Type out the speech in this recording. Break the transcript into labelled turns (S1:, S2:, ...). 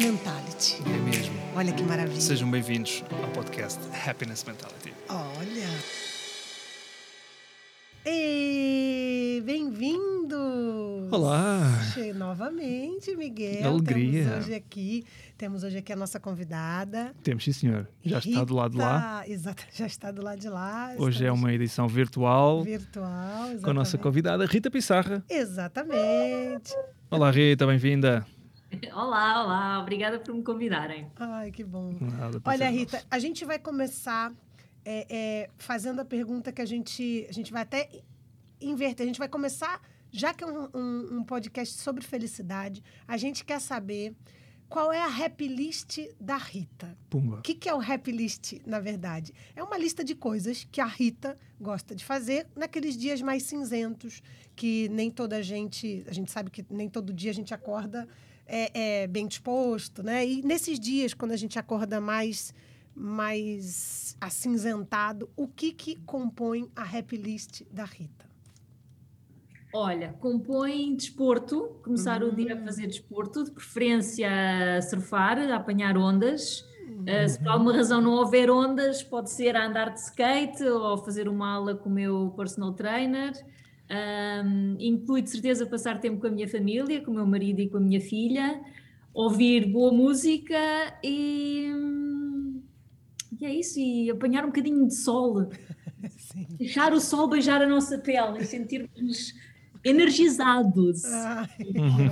S1: Mentality.
S2: É mesmo.
S1: Olha que maravilha.
S2: Sejam bem-vindos ao podcast Happiness Mentality.
S1: Olha. Ei, bem-vindos.
S2: Olá.
S1: Che- Novamente, Miguel.
S2: Alegria.
S1: Temos hoje aqui, temos hoje aqui a nossa convidada.
S2: Temos, sim, senhor. Já está do lado de lá.
S1: Rita. Exato, já está do lado de lá.
S2: Hoje é
S1: Estamos
S2: uma edição virtual
S1: virtual, exatamente.
S2: com a nossa convidada Rita Pissarra.
S1: Exatamente.
S2: Olá, Rita, bem-vinda.
S3: Olá, olá, obrigada por me convidarem.
S1: Ai, que bom.
S2: Nada,
S1: Olha,
S2: prazer nosso.
S1: é, Rita, a gente vai começar é, é, fazendo a pergunta que a gente. A gente vai até inverter. A gente vai começar, já que é um, um- um podcast sobre felicidade, a gente quer saber qual é a happy list da Rita.
S2: Pumba.
S1: O que, que é o happy list, na verdade? É uma lista de coisas que a Rita gosta de fazer naqueles dias mais cinzentos, que nem toda a gente. A gente sabe que nem todo dia a gente acorda é, é, bem disposto, né? E nesses dias, quando a gente acorda mais mais acinzentado, o que que compõe a happy list da Rita?
S3: Olha, compõe desporto, começar o dia a fazer desporto, de preferência a surfar, a apanhar ondas. Uh, se por alguma razão não houver ondas, pode ser a andar de skate ou fazer uma aula com o meu personal trainer. Um, inclui de certeza passar tempo com a minha família, com o meu marido e com a minha filha, ouvir boa música e, hum, e é isso, e apanhar um bocadinho de sol.
S1: Sim.
S3: deixar o
S1: Ah.
S3: sol beijar a nossa pele e sentirmos energizados.
S1: Ai,